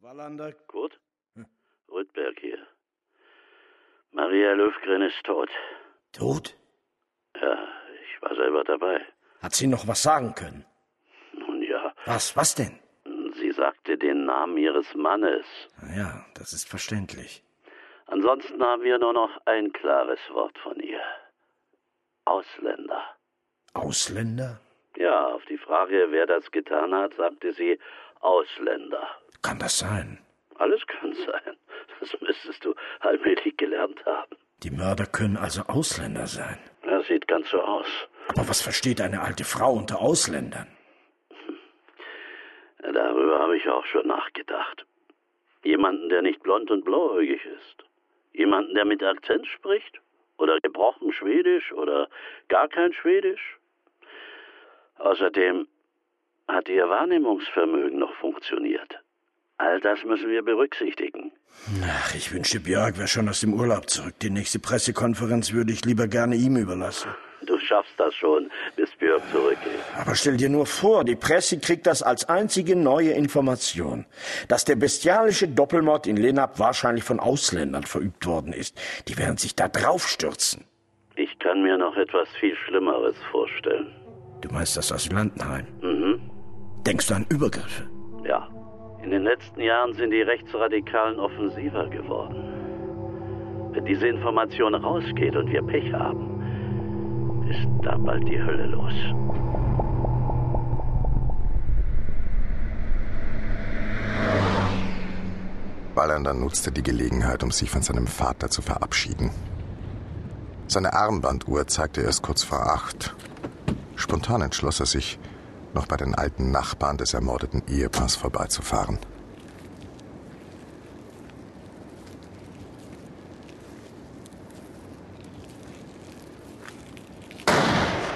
Wahlander. Kurt? Rüttberg hier. Maria Löfgren ist tot. Tot? Ja, ich war selber dabei. Hat sie noch was sagen können? Nun ja, Was, was denn? sie sagte den Namen ihres Mannes. Ja, das ist verständlich. Ansonsten haben wir nur noch ein klares Wort von ihr. Ausländer. Ausländer? Ja, auf die Frage, wer das getan hat, sagte sie Ausländer. Kann das sein? Alles kann sein. Das müsstest du allmählich gelernt haben. Die Mörder können also Ausländer sein. Das sieht ganz so aus. Aber was versteht eine alte Frau unter Ausländern? Darüber habe ich auch schon nachgedacht. Jemanden, der nicht blond und blauäugig ist. Jemanden, der mit Akzent spricht. Oder gebrochen Schwedisch oder gar kein Schwedisch. Außerdem hat ihr Wahrnehmungsvermögen noch funktioniert. All das müssen wir berücksichtigen. Ach, ich wünschte, Björk wäre schon aus dem Urlaub zurück. Die nächste Pressekonferenz würde ich lieber gerne ihm überlassen. Du schaffst das schon, bis Björk zurück ist. Aber stell dir nur vor, die Presse kriegt das als einzige neue Information, dass der bestialische Doppelmord in Lenab wahrscheinlich von Ausländern verübt worden ist. Die werden sich da draufstürzen. Ich kann mir noch etwas viel Schlimmeres vorstellen. Du meinst das Asylantenheim? Mhm. Denkst du an Übergriffe? Ja, in den letzten Jahren sind die Rechtsradikalen offensiver geworden. Wenn diese Information rausgeht und wir Pech haben, ist da bald die Hölle los. Wallander nutzte die Gelegenheit, um sich von seinem Vater zu verabschieden. Seine Armbanduhr zeigte erst kurz vor acht. Spontan entschloss er sich, noch bei den alten Nachbarn des ermordeten Ehepaars vorbeizufahren.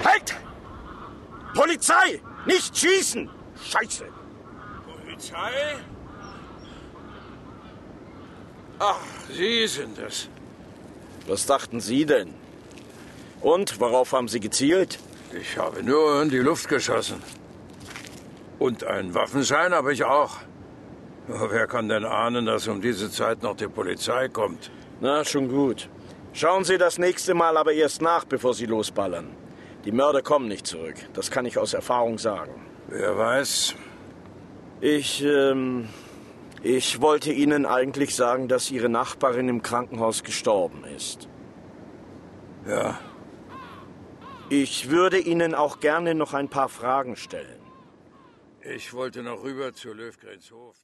Halt! Polizei! Nicht schießen! Scheiße! Polizei? Ach, Sie sind es. Was dachten Sie denn? Und worauf haben Sie gezielt? Ich habe nur in die Luft geschossen. Und einen Waffenschein habe ich auch. Nur Wer kann denn ahnen, dass um diese Zeit noch die Polizei kommt? Na, schon gut. Schauen Sie das nächste Mal aber erst nach, bevor Sie losballern. Die Mörder kommen nicht zurück. Das kann ich aus Erfahrung sagen. Wer weiß. Ich, ähm, ich wollte Ihnen eigentlich sagen, dass Ihre Nachbarin im Krankenhaus gestorben ist. Ja, Ich würde Ihnen auch gerne noch ein paar Fragen stellen. ich wollte noch rüber zu Löfgrens Hof.